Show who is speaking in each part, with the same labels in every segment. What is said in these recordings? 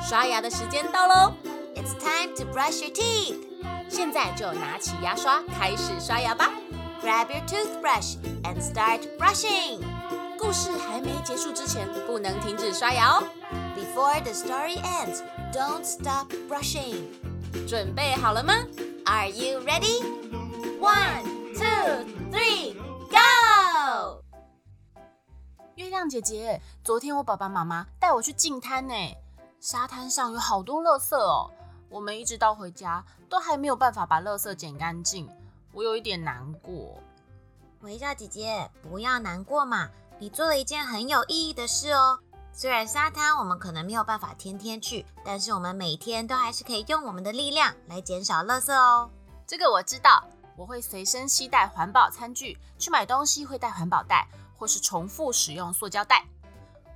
Speaker 1: 刷牙的时间到喽！
Speaker 2: It's time to brush your teeth.
Speaker 1: 现在就拿起牙刷开始刷牙吧。
Speaker 2: Grab your toothbrush and start brushing.
Speaker 1: 故事还没结束之前，不能停止刷牙哦。
Speaker 2: Before the story ends, don't stop brushing.
Speaker 1: 准备好了吗？
Speaker 2: Are you ready?
Speaker 1: One,
Speaker 2: two, three, go!
Speaker 1: 月亮姐姐，昨天我爸爸妈妈带我去净滩呢，沙滩上有好多垃圾哦。我们一直到回家都还没有办法把垃圾捡干净，我有一点难过。
Speaker 2: 微笑姐姐，不要难过嘛，你做了一件很有意义的事哦。虽然沙滩我们可能没有办法天天去，但是我们每天都还是可以用我们的力量来减少垃圾哦。
Speaker 1: 这个我知道，我会随身携带环保餐具，去买东西会带环保袋，或是重复使用塑胶袋。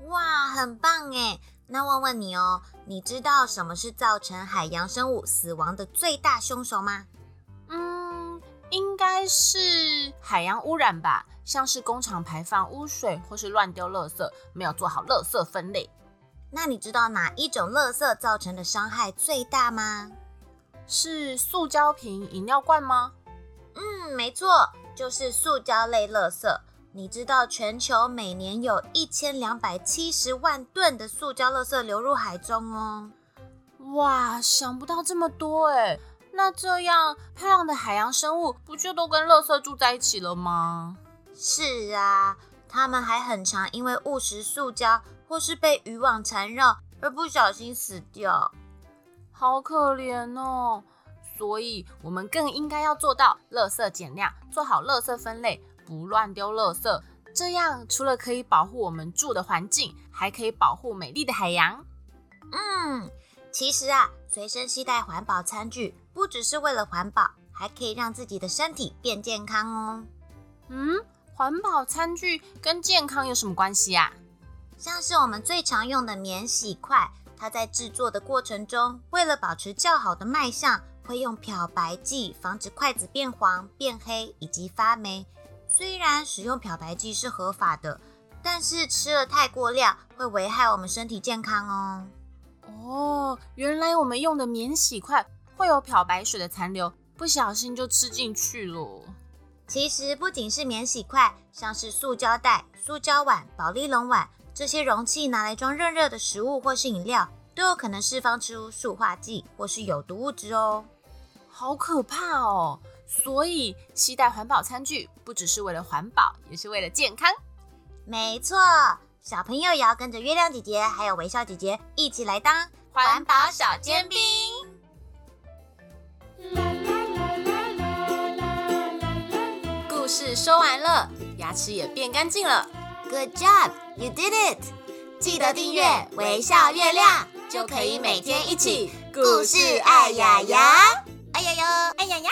Speaker 2: 哇，很棒诶！那问问你哦，你知道什么是造成海洋生物死亡的最大凶手吗？
Speaker 1: 嗯，应该是海洋污染吧，像是工厂排放污水或是乱丢垃圾，没有做好垃圾分类。
Speaker 2: 那你知道哪一种垃圾造成的伤害最大吗？
Speaker 1: 是塑胶瓶、饮料罐吗？
Speaker 2: 嗯，没错，就是塑胶类垃圾。你知道全球每年有一千两百七十万吨的塑胶垃圾流入海中哦。
Speaker 1: 哇，想不到这么多哎！那这样漂亮的海洋生物不就都跟垃圾住在一起了吗？
Speaker 2: 是啊，它们还很常因为误食塑胶或是被渔网缠绕而不小心死掉。
Speaker 1: 好可怜哦！所以我们更应该要做到垃圾减量，做好垃圾分类，不乱丢垃圾。这样除了可以保护我们住的环境，还可以保护美丽的海洋。
Speaker 2: 嗯，其实啊，随身携带环保餐具不只是为了环保，还可以让自己的身体变健康哦。
Speaker 1: 嗯，环保餐具跟健康有什么关系啊？
Speaker 2: 像是我们最常用的免洗筷，它在制作的过程中，为了保持较好的卖相，会用漂白剂防止筷子变黄、变黑以及发霉。虽然使用漂白剂是合法的，但是吃了太过量会危害我们身体健康哦。
Speaker 1: 哦，原来我们用的免洗筷会有漂白水的残留，不小心就吃进去了。
Speaker 2: 其实不仅是免洗筷，像是塑胶袋、塑胶碗、保丽龙碗这些容器拿来装热热的食物或是饮料，都有可能释放出塑化剂或是有毒物质哦。
Speaker 1: 好可怕哦！所以携带环保餐具不只是为了环保，也是为了健康。
Speaker 2: 没错，小朋友也要跟着月亮姐姐还有微笑姐姐一起来当
Speaker 1: 环保小尖兵。故事说完了，牙齿也变干净了。
Speaker 2: Good job, you did it！记得订阅微笑月亮，就可以每天一起故事爱牙牙。哎呀呀，哎呀呀。